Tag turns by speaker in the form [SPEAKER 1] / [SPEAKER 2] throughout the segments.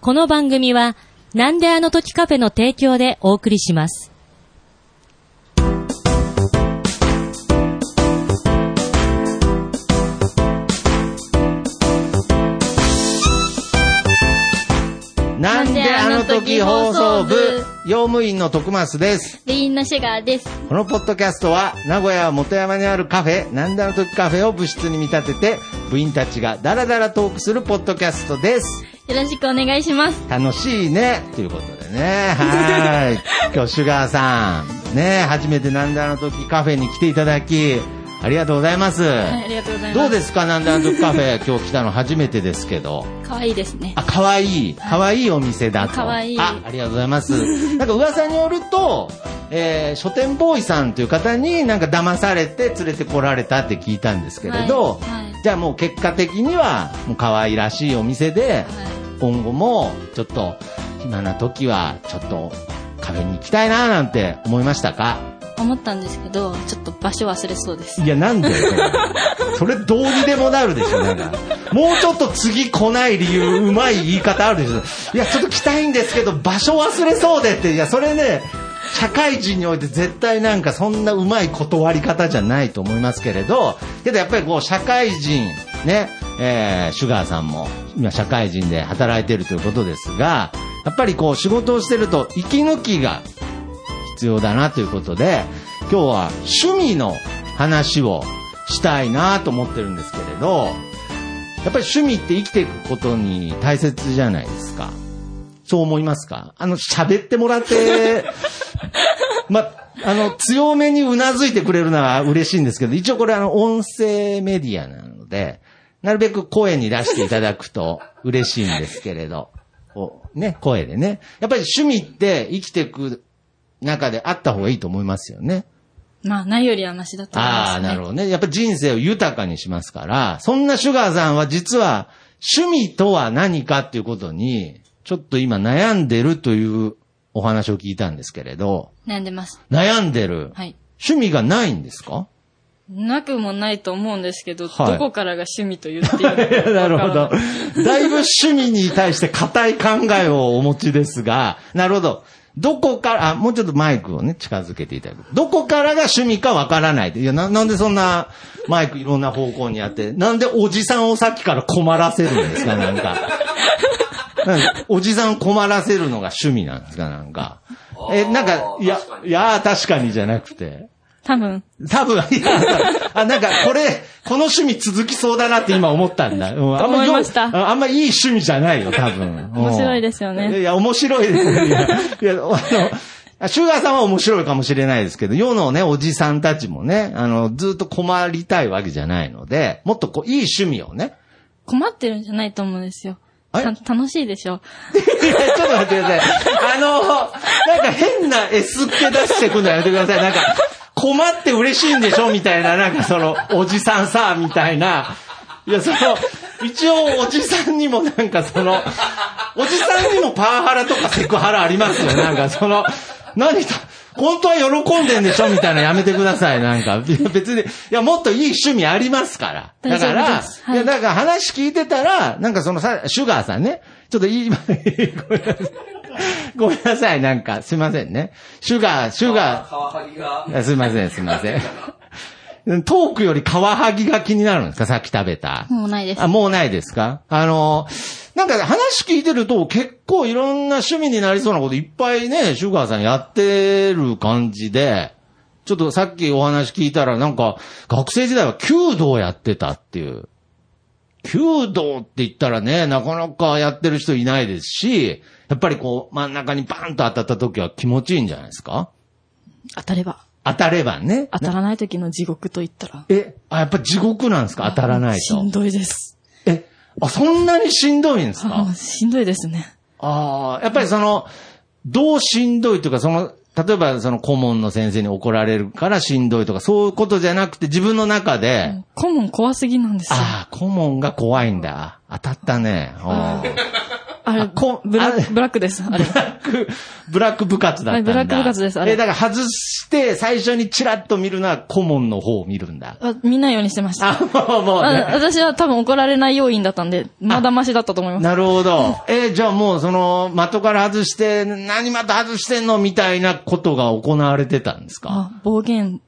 [SPEAKER 1] この番組は、なんであの時カフェの提供でお送りします。
[SPEAKER 2] なんであの時放送部、用務員の徳増です。
[SPEAKER 3] レインのシュガーです。
[SPEAKER 2] このポッドキャストは、名古屋元山にあるカフェ、なんであの時カフェを部室に見立てて、部員たちがダラダラトークするポッドキャストです。
[SPEAKER 3] よろしくお願いします。
[SPEAKER 2] 楽しいね、ということでね。はい。 今日、シュガーさん、ね、初めてなんであの時カフェに来ていただき、ありがとうございます。
[SPEAKER 3] はい、ありがとうございます。
[SPEAKER 2] どうですか、なんであの時カフェ、今日来たの初めてですけど。
[SPEAKER 3] すかわいいですね。
[SPEAKER 2] あ、可愛い可愛いお店だと。
[SPEAKER 3] 可愛い
[SPEAKER 2] あ、ありがとうございます。 なんか噂によると、えー書店ボーイさんという方になんか騙されて連れてこられたって聞いたんですけれど、
[SPEAKER 3] はいはい
[SPEAKER 2] じゃあもう結果的には、もう可愛らしいお店で、今後もちょっと暇な時はちょっとカフェに行きたいななんて思いましたか
[SPEAKER 3] 思ったんですけど、ちょっと場所忘れそうです。
[SPEAKER 2] いや、なんでそれそれどうにでもなるでしょ、なんか。もうちょっと次来ない理由、うまい言い方あるでしょ。いや、ちょっと来たいんですけど、場所忘れそうでって、いや、それね、社会人において絶対なんかそんなうまい断り方じゃないと思いますけれど、けどやっぱりこう、社会人、ね、えーシュガーさんも今社会人で働いてるということですが、やっぱりこう、仕事をしてると息抜きが必要だなということで、今日は趣味の話をしたいなと思ってるんですけれど、やっぱり趣味って生きていくことに大切じゃないですか。そう思いますかあの、喋ってもらって、 ま、あの、強めにうなずいてくれるのは嬉しいんですけど、一応これあの、音声メディアなので、なるべく声に出していただくと嬉しいんですけれど、こうね、声でね。やっぱり趣味って生きていく中であった方がいいと思いますよね。
[SPEAKER 3] まあ、ないよりはマシだと思います、
[SPEAKER 2] あ
[SPEAKER 3] ね。
[SPEAKER 2] あ、なるほどね。やっぱ人生を豊かにしますから、そんなシュガーさんは実は趣味とは何かっていうことに、ちょっと今悩んでるというお話を聞いたんですけれど、
[SPEAKER 3] 悩んでます。
[SPEAKER 2] 悩んでる。
[SPEAKER 3] はい。
[SPEAKER 2] 趣味がないんですか
[SPEAKER 3] なくもないと思うんですけど、
[SPEAKER 2] はい
[SPEAKER 3] どこからが趣味と言っていいの か
[SPEAKER 2] なるほ
[SPEAKER 3] わ
[SPEAKER 2] ど
[SPEAKER 3] からない。
[SPEAKER 2] だいぶ趣味に対して固い考えをお持ちですが、なるほど。どこから、あ、もうちょっとマイクをね、近づけていただく。どこからが趣味かわからない。いや、な、なんでそんな、マイクいろんな方向にあって、なんでおじさんをさっきから困らせるんですか、なんか。なんかおじさんを困らせるのが趣味なんですか、なんか。え、なんか、いや、いや、確かにじゃなくて。
[SPEAKER 3] 多分。
[SPEAKER 2] 多分、 いやあ、なんか、これ、この趣味続きそうだなって今思ったんだ。うん、あん
[SPEAKER 3] 思い
[SPEAKER 2] よ
[SPEAKER 3] ました
[SPEAKER 2] ああんまいい趣味じゃないよ、多 分。
[SPEAKER 3] 面白いですよね
[SPEAKER 2] うんいや、面白いですね。いや、いやあの、あシュガーさんは面白いかもしれないですけど、世のね、おじさんたちもね、あの、ずっと困りたいわけじゃないので、もっとこう、いい趣味をね。
[SPEAKER 3] 困ってるんじゃないと思うんですよ。
[SPEAKER 2] あれ
[SPEAKER 3] た楽しいでしょ。
[SPEAKER 2] いや、ちょっと待ってください。あの、なんか変な S っ気出してくんのやめてください。なんか、困って嬉しいんでしょみたいな、なんかその、おじさんさ、みたいな。いや、その、一応おじさんにもなんかその、おじさんにもパワハラとかセクハラありますよ。なんかその、何と、本当は喜んでんでしょみたいなやめてください。なんか、いや別に、いや、もっといい趣味ありますから。だか
[SPEAKER 3] 大丈夫
[SPEAKER 2] ら、
[SPEAKER 3] ですはいい
[SPEAKER 2] や、なんか話聞いてたら、なんかそのさ、シュガーさんね、ちょっと今、 ごめんなさい。ごめんなさい、なんか、すいませんね。シュガー、シュガー、
[SPEAKER 4] カワハギが、
[SPEAKER 2] あすいません、すいません。 トークよりカワハギが気になるんですかさっき食べた。
[SPEAKER 3] もうないです
[SPEAKER 2] あ、。もうないですかあの、なんか話聞いてると結構いろんな趣味になりそうなこといっぱいね、シュガーさんやってる感じで、ちょっとさっきお話聞いたらなんか学生時代は弓道やってたっていう。弓道って言ったらね、なかなかやってる人いないですし、やっぱりこう真ん中にバーンと当たった時は気持ちいいんじゃないですか
[SPEAKER 3] 当たれば。
[SPEAKER 2] 当たればね。
[SPEAKER 3] 当たらない時の地獄と言ったら。
[SPEAKER 2] え、あ、やっぱ地獄なんですか当たらない
[SPEAKER 3] し
[SPEAKER 2] と
[SPEAKER 3] ん。どいです。
[SPEAKER 2] え、あ、そんなにしんどいんですか
[SPEAKER 3] あしんどいですね。
[SPEAKER 2] ああ、やっぱりその、どうしんどいというか、その、例えばその顧問の先生に怒られるからしんどいとか、そういうことじゃなくて自分の中で、
[SPEAKER 3] 顧問怖すぎなんですよ。
[SPEAKER 2] ああ、顧問が怖いんだ。当たったね。おー
[SPEAKER 3] あれ、
[SPEAKER 2] こ
[SPEAKER 3] ブラ
[SPEAKER 2] あれ
[SPEAKER 3] ブラックです、あれ。
[SPEAKER 2] ブラック、ブラック部活だったんだ。
[SPEAKER 3] はいブラック部活ですあれ
[SPEAKER 2] え、だから外して、最初にチラッと見るのは顧問の方を見るんだ。
[SPEAKER 3] あ見ないようにしてました。
[SPEAKER 2] あ、もう、もう、
[SPEAKER 3] あ
[SPEAKER 2] ね。
[SPEAKER 3] 私は多分怒られない要因だったんで、まだマシだったと思います。
[SPEAKER 2] なるほど。えーじゃあもう、その、的から外して、何的外してんのみたいなことが行われてたんですか
[SPEAKER 3] あ、暴言。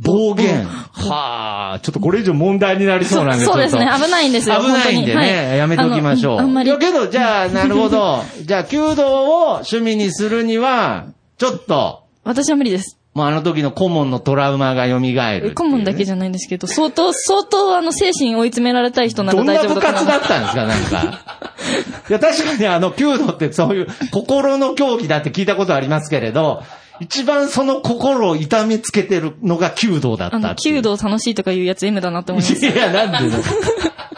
[SPEAKER 2] 暴言。はあ、ちょっとこれ以上問題になりそうなんで
[SPEAKER 3] そうですね。
[SPEAKER 2] ちょっと
[SPEAKER 3] 危ないんですよ。
[SPEAKER 2] 危ないんでね、
[SPEAKER 3] 本当にはい
[SPEAKER 2] やめときましょう。
[SPEAKER 3] あのうんあんまり
[SPEAKER 2] いや。けど、じゃ あ、なるほど。じゃあ、弓道を趣味にするには、ちょっと、
[SPEAKER 3] 私は無理です。
[SPEAKER 2] もうあの時の顧問のトラウマが蘇るっていうね。
[SPEAKER 3] 顧問だけじゃないんですけど、相当、相当、あの、精神追い詰められたい人な
[SPEAKER 2] ど
[SPEAKER 3] ら
[SPEAKER 2] ん
[SPEAKER 3] 大
[SPEAKER 2] な
[SPEAKER 3] 丈
[SPEAKER 2] 部
[SPEAKER 3] 夫だと
[SPEAKER 2] 活
[SPEAKER 3] 思い
[SPEAKER 2] だ
[SPEAKER 3] ま
[SPEAKER 2] っ
[SPEAKER 3] す。
[SPEAKER 2] たんですか、なん か。いや、確かにあの、弓道ってそういう心の競技だって聞いたことありますけれど、一番その心を痛めつけてるのが弓道だった
[SPEAKER 3] あの、
[SPEAKER 2] っていう
[SPEAKER 3] 弓道楽しいとかいうやつ M だなって思います。
[SPEAKER 2] いや、なんでだ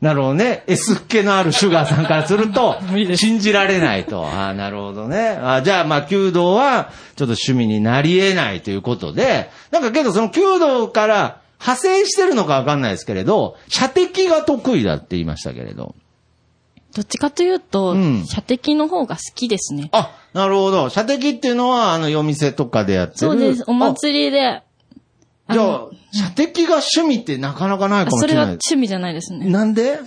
[SPEAKER 2] なるほどね。S っ気のあるシュガーさんからすると
[SPEAKER 3] 無理、です
[SPEAKER 2] 信じられないと。ああ、なるほどね。あーじゃあ、まあ、弓道は、ちょっと趣味になり得ないということで、なんかけど、その弓道から派生してるのかわかんないですけれど、射的が得意だって言いましたけれど。
[SPEAKER 3] どっちかというと、
[SPEAKER 2] うん
[SPEAKER 3] 射的の方が好きですね。
[SPEAKER 2] あ、なるほど。射的っていうのは、あの、夜店とかでやってる。
[SPEAKER 3] そうです。お祭りで。
[SPEAKER 2] あ。じゃあ
[SPEAKER 3] の、
[SPEAKER 2] 射的が趣味ってなかなかないかもし
[SPEAKER 3] そ
[SPEAKER 2] れ
[SPEAKER 3] れ
[SPEAKER 2] な。
[SPEAKER 3] はい趣味じゃないですね。
[SPEAKER 2] なん で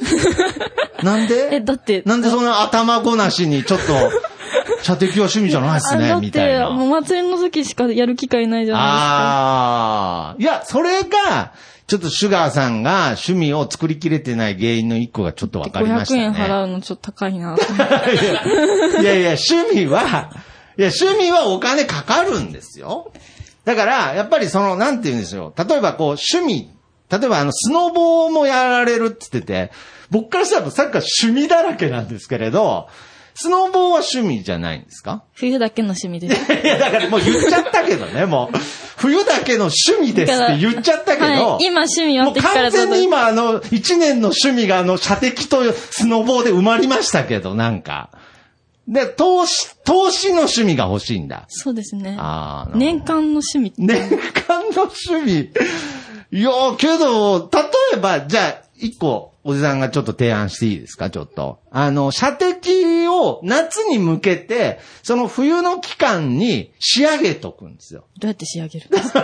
[SPEAKER 2] なんで
[SPEAKER 3] え、だって、
[SPEAKER 2] なんでそんな頭ごなしにちょっと、 射的は趣味じゃないです
[SPEAKER 3] あだ
[SPEAKER 2] ね、
[SPEAKER 3] っ
[SPEAKER 2] みたい
[SPEAKER 3] て、
[SPEAKER 2] な。
[SPEAKER 3] お祭りの時しかやる機会ないじゃな
[SPEAKER 2] ああ。いや、それが、ちょっとシュガーさんが趣味を作りきれてない原因の一個がちょっとわ
[SPEAKER 3] いです
[SPEAKER 2] か
[SPEAKER 3] か。
[SPEAKER 2] りました
[SPEAKER 3] 500
[SPEAKER 2] ね。
[SPEAKER 3] 円払うのちょっと高いな。
[SPEAKER 2] いやいや、趣味は、いや、趣味はお金かかるんですよ。だから、やっぱりその、なんて言うんでしょう。例えばこう、趣味、例えばあの、スノボーもやられるって言ってて、僕からしたらサッカー趣味だらけなんですけれど、スノボーは趣味じゃないんですか
[SPEAKER 3] 冬だけの趣味です。
[SPEAKER 2] いや、だからもう言っちゃったけどね、もう。冬だけの趣味ですって言っちゃったけど、
[SPEAKER 3] はい。今趣味
[SPEAKER 2] も
[SPEAKER 3] は
[SPEAKER 2] う
[SPEAKER 3] って聞か
[SPEAKER 2] 完
[SPEAKER 3] れた
[SPEAKER 2] 全に今、あの、一年の趣味が、あの、射的とスノボーで埋まりましたけど、なんか。で、投資、投資の趣味が欲しいんだ。
[SPEAKER 3] そうですね。
[SPEAKER 2] ああ、なるほど
[SPEAKER 3] 年間の趣味。
[SPEAKER 2] 年間の趣味。いやー、けど、例えば、じゃあ、一個、おじさんがちょっと提案していいですか、ちょっと。あの、射的を夏に向けて、その冬の期間に仕上げとくんですよ。
[SPEAKER 3] どうやって仕上げるんですか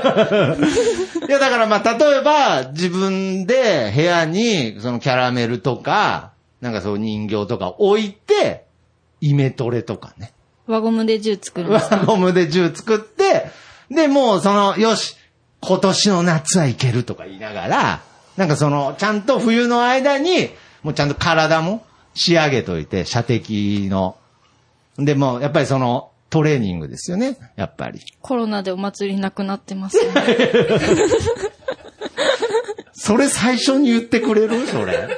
[SPEAKER 2] いや、だからまあ、例えば、自分で部屋に、そのキャラメルとか、なんかそう人形とか置いて、イメトレとかね。
[SPEAKER 3] 輪ゴムで銃 作るんです。
[SPEAKER 2] 輪ゴムで銃作って、で、もうその、よし、今年の夏はいけるとか言いながら、なんかその、ちゃんと冬の間に、もうちゃんと体も仕上げといて、射的の。で、もう、やっぱりその、トレーニングですよね、やっぱり。
[SPEAKER 3] コロナでお祭りなくなっ てますね、
[SPEAKER 2] それ最初に言ってくれるそれ。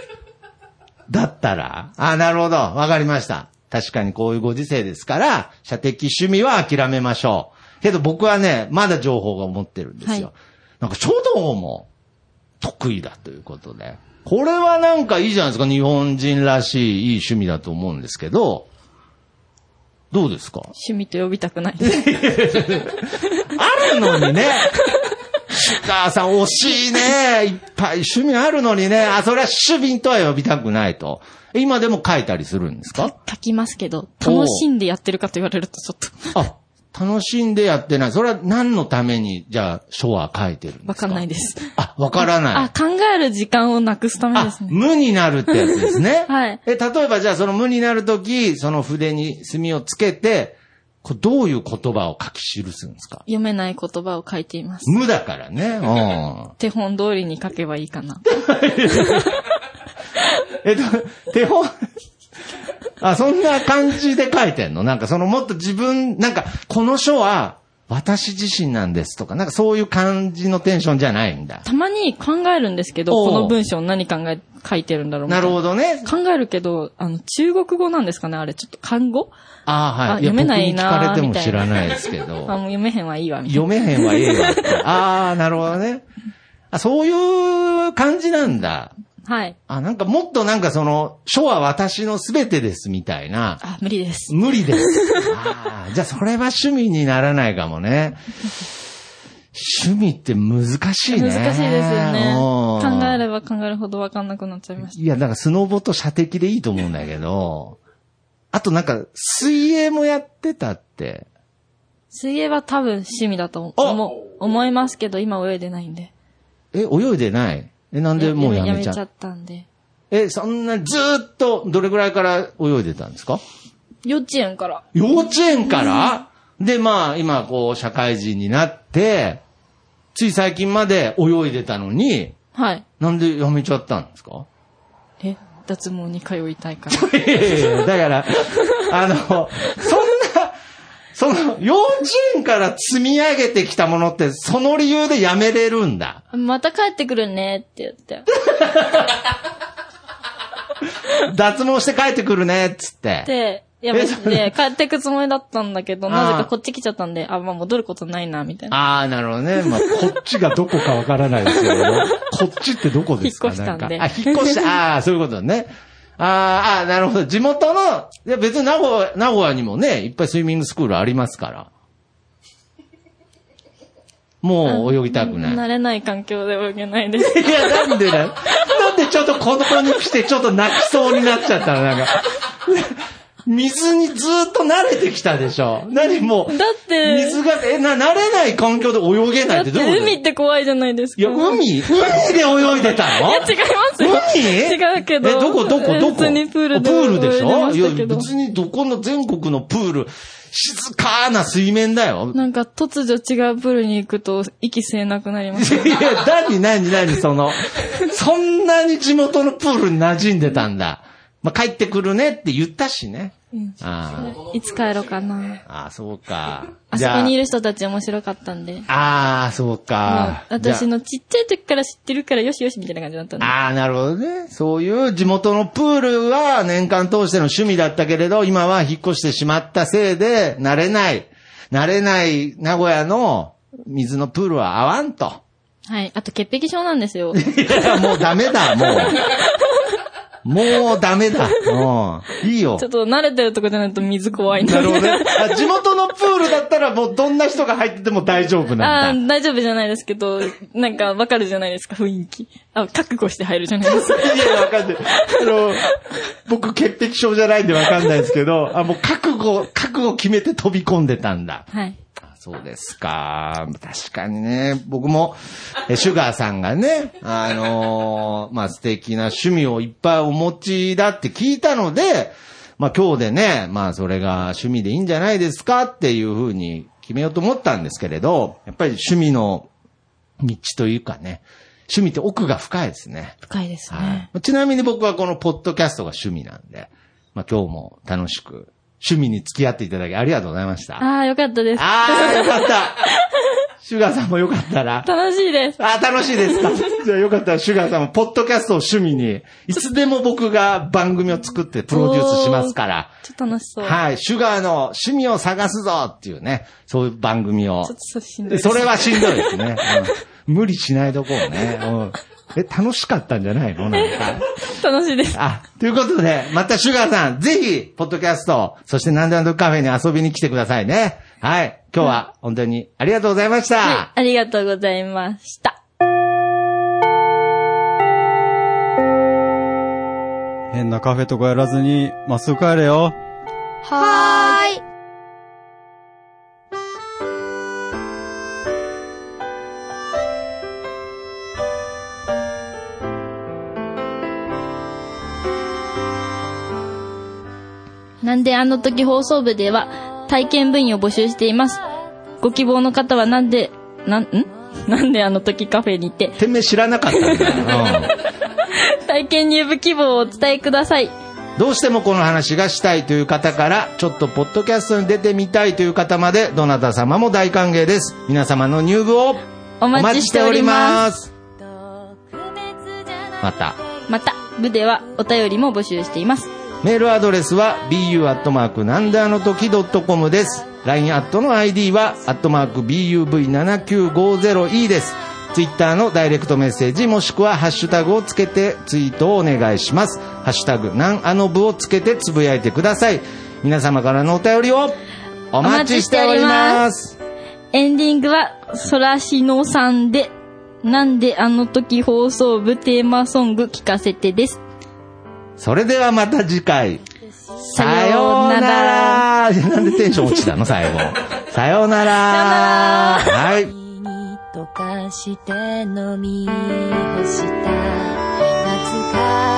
[SPEAKER 2] だったら。あ、なるほど。わかりました。確かにこういうご時世ですから、射的趣味は諦めましょう。けど僕はね、まだ情報が持ってるんですよ。
[SPEAKER 3] はい
[SPEAKER 2] なんか書道も得意だということで。これはなんかいいじゃないですか。日本人らしいいい趣味だと思うんですけど、どうですか
[SPEAKER 3] 趣味と呼びたくないです。
[SPEAKER 2] あるのにね。母さん惜しいね。いっぱい趣味あるのにね。あ、それは趣味とは呼びたくないと。今でも書いたりするんですか
[SPEAKER 3] 書きますけど、楽しんでやってるかと言われるとちょっと、
[SPEAKER 2] あ、楽しんでやってない。それは何のために、じゃあ、書は書いてるんですか
[SPEAKER 3] わかんない
[SPEAKER 2] で
[SPEAKER 3] です。
[SPEAKER 2] す。あ、わからない。
[SPEAKER 3] あ、考える時間をなくすためですね。。
[SPEAKER 2] 無になるってやつですね
[SPEAKER 3] はい
[SPEAKER 2] え、例えばじゃあその無になるとき、その筆に墨をつけて、こうどういう言葉を書き記すんですか
[SPEAKER 3] 読めない言葉を書いています。
[SPEAKER 2] 無だからね。うん。
[SPEAKER 3] 手本通りに書けばいいかな。
[SPEAKER 2] えっと、手本、あ、そんな感じで書いてんのなんかそのもっと自分、なんかこの書は私自身なんですとか、なんかそういう感じのテンションじゃないんだ。
[SPEAKER 3] たまに考えるんですけど、
[SPEAKER 2] おう
[SPEAKER 3] この文章何考え、書いてるんだろうみた
[SPEAKER 2] ないるほどね。
[SPEAKER 3] 考えるけど、あの、中国語なんですかねあれ、ちょっと漢語
[SPEAKER 2] あーは
[SPEAKER 3] あ
[SPEAKER 2] い。いや
[SPEAKER 3] 読めないなー
[SPEAKER 2] 僕に聞かれても知
[SPEAKER 3] みた
[SPEAKER 2] ら
[SPEAKER 3] いな
[SPEAKER 2] ないですけ
[SPEAKER 3] あ、
[SPEAKER 2] ど。
[SPEAKER 3] もう読めへんはいいわ、みたいな。
[SPEAKER 2] 読めへんはええわって。ああ、なるほどね。あ、そういう感じなんだ。
[SPEAKER 3] はい。
[SPEAKER 2] あ、なんかもっとなんかその、書は私のすべてですみたいな。
[SPEAKER 3] あ、無理です。
[SPEAKER 2] 無理です。 あーじゃあ、それは趣味にならないかもね。趣味って難しいね。
[SPEAKER 3] 難しいですよね。考
[SPEAKER 2] うん
[SPEAKER 3] えれば考えるほどわかんなくなっちゃいまし
[SPEAKER 2] いや、なんかスノボと射的でいいと思うんだけど、あとなんか、水泳もやってたって。
[SPEAKER 3] 水泳は多分趣味だと
[SPEAKER 2] あ
[SPEAKER 3] 思う、思いますけど、今泳いでないんで。
[SPEAKER 2] え、泳いでないえ、なんでもうやめちゃ
[SPEAKER 3] やめちゃ
[SPEAKER 2] う
[SPEAKER 3] ったんで。
[SPEAKER 2] え、そんな、ずーっと、どれぐらいから泳いでたんですか
[SPEAKER 3] 幼稚園から。
[SPEAKER 2] 幼稚園から、で、まあ、今、こう、社会人になって、つい最近まで泳いでたのに、
[SPEAKER 3] はい。
[SPEAKER 2] なんでやめちゃったんですか
[SPEAKER 3] え、脱毛に通いたいか ら。
[SPEAKER 2] いやいやいやだから、あの、そんな、その、幼稚園から積み上げてきたものって、その理由でやめれるんだ。
[SPEAKER 3] また帰ってくるねって言って。
[SPEAKER 2] 脱毛して帰ってくるね、っつって。
[SPEAKER 3] で、やめ
[SPEAKER 2] えそれ
[SPEAKER 3] て、帰ってくつもりだったんだけど、
[SPEAKER 2] あー
[SPEAKER 3] なぜかこっち来ちゃったんで、あ、まあ戻ることないな、みたいな。
[SPEAKER 2] ああ、なるほど ね。まあ、こっちがどこかわからないですけど、こっちってどこですか
[SPEAKER 3] 引っ越したんで
[SPEAKER 2] なんかあ、引っ越した。ああ、そういうことね。あーあー、なるほど。地元の、いや別に名古屋、名古屋にもね、いっぱいスイミングスクールありますから。もう泳ぎたくない。
[SPEAKER 3] 慣れない環境で泳げない です。
[SPEAKER 2] いや、なんでだよなんでちょっとここに来てちょっと泣きそうになっちゃったのなんか。水にずっと慣れてきたでしょ。何もう。
[SPEAKER 3] だって
[SPEAKER 2] 水が、え、な、慣れない環境で泳げな
[SPEAKER 3] だ
[SPEAKER 2] いっ
[SPEAKER 3] ってて
[SPEAKER 2] どういうこと
[SPEAKER 3] 海って怖いじゃないですか。
[SPEAKER 2] いや、
[SPEAKER 3] い
[SPEAKER 2] 海海で泳いでたの
[SPEAKER 3] や、違いますよ。
[SPEAKER 2] 海
[SPEAKER 3] 違うけど。
[SPEAKER 2] え、どこどこどこ
[SPEAKER 3] 普通にプールで。
[SPEAKER 2] プールでしょい
[SPEAKER 3] 泳いでました
[SPEAKER 2] や、
[SPEAKER 3] けど。
[SPEAKER 2] 別にどこの全国のプール、静かな水面だよ。
[SPEAKER 3] なんか突如違うプールに行くと息吸えなくな ります。
[SPEAKER 2] いや、何、何、何、その、そんなに地元のプールに馴染んでたんだ。まあ、帰ってくるねって言ったしね。
[SPEAKER 3] うん
[SPEAKER 2] あ
[SPEAKER 3] いつ帰ろうかな。
[SPEAKER 2] あ、ああそうか。
[SPEAKER 3] あそこにい
[SPEAKER 2] る。
[SPEAKER 3] る人たち面白かったんで。
[SPEAKER 2] ああ、そう
[SPEAKER 3] ま
[SPEAKER 2] か
[SPEAKER 3] あ。私
[SPEAKER 2] じゃ
[SPEAKER 3] のちっちゃい時から知ってるからよしよしみたいな感じだったんで。
[SPEAKER 2] ああー、なるほどね。そういう地元のプールは年間通しての趣味だったけれど、今は引っ越してしまったせいで、慣れない、慣れない名古屋の水のプールは合わんと。
[SPEAKER 3] はい。あと潔癖症なんですよ。
[SPEAKER 2] いや、 もうダメだ、もう。もうダメだ。うん。いいよ
[SPEAKER 3] ちょ。っと慣れてるとこじゃないと水怖いんで
[SPEAKER 2] なるほどね。あ地元のプールだったらもうどんな人が入ってても大丈夫
[SPEAKER 3] あ
[SPEAKER 2] な
[SPEAKER 3] あ
[SPEAKER 2] んだ。
[SPEAKER 3] ー、大丈夫じゃないですけど、なんかわかるじゃないですか、雰囲気。あ、覚悟して入るじゃないですか。
[SPEAKER 2] いや、わかんない。あの、僕潔癖症じゃないんでわかんないですけど、あ、もう覚悟、覚悟決めて飛び込んでたんだ。
[SPEAKER 3] はい。
[SPEAKER 2] あそうですか。確かにね、僕も、えシュガーさんがね、あのーまあ、素敵な趣味をいっぱいお持ちだって聞いたので、まあ、今日でね、まあ、それが趣味でいいんじゃないですかっていうふうに決めようと思ったんですけれど、やっぱり趣味の道というかね、趣味って奥が深いですね。
[SPEAKER 3] 深いです
[SPEAKER 2] は
[SPEAKER 3] ね。
[SPEAKER 2] い。ちなみに僕はこのポッドキャストが趣味なんで、まあ、今日も楽しく趣味に付き合っていただきありがとうございました。
[SPEAKER 3] ああ、よかったで す。
[SPEAKER 2] ああ、よかった。シュガーさんもよかったら。
[SPEAKER 3] 楽しいです。
[SPEAKER 2] ああ、楽しいです か。じゃあよかったら、シュガーさんも、ポッドキャストを趣味に、いつでも僕が番組を作ってプロデュースしますから。
[SPEAKER 3] ちょっと楽しそう。
[SPEAKER 2] はい、シュガーの趣味を探すぞっていうね、そういう番組を
[SPEAKER 3] ちょっ。としんど
[SPEAKER 2] で
[SPEAKER 3] い。
[SPEAKER 2] それはしんどいですね。うん無理しないとこうね。うんえ、楽しかったんじゃないのなんか。
[SPEAKER 3] 楽しいです。
[SPEAKER 2] あ、ということで、またシュガーさん、ぜひ、ポッドキャスト、そしてなんでなんでカフェに遊びに来てくださいね。はい。今日は本当にありがとうございました。
[SPEAKER 3] はいありがとうございました。
[SPEAKER 4] 変なカフェとかやらずに、まっすぐ帰れよ。
[SPEAKER 5] はーい。
[SPEAKER 3] なんであの時放送部では体験部員を募集しています。ご希望の方はなんで、なん、んなんであの時カフェに行って
[SPEAKER 2] 店名知らなかったんだ、
[SPEAKER 3] 体験入部希望をお伝えください。
[SPEAKER 2] うんどうしてもこの話がしたいという方から、ちょっとポッドキャストに出てみたいという方まで、どなた様も大歓迎です。皆様の入部を
[SPEAKER 3] お
[SPEAKER 2] お
[SPEAKER 3] 待
[SPEAKER 2] 待
[SPEAKER 3] ち
[SPEAKER 2] ち
[SPEAKER 3] し
[SPEAKER 2] してて
[SPEAKER 3] お
[SPEAKER 2] お
[SPEAKER 3] り
[SPEAKER 2] り
[SPEAKER 3] ま。
[SPEAKER 2] ますす。また、
[SPEAKER 3] また、部ではお便りも募集しています。
[SPEAKER 2] メールアドレスは bu アットマークなんであの時ドットコムです。LINE アットの ID はアットマーク buv7950e です。ツイッターのダイレクトメッセージもしくはハッシュタグをつけてツイートをお願いします。ハッシュタグなんあの部をつけてつぶやいてください。皆様からのお便りをお待ちしております。
[SPEAKER 3] エンディングは、そらしのさんで、なんであの時放送部テーマソング聞かせてです。
[SPEAKER 2] それではまた次回。
[SPEAKER 3] さようなら。
[SPEAKER 2] ら。いやなんでテンション落ちたの最後。さようなら。はい。
[SPEAKER 6] 溶かして飲み干した懐か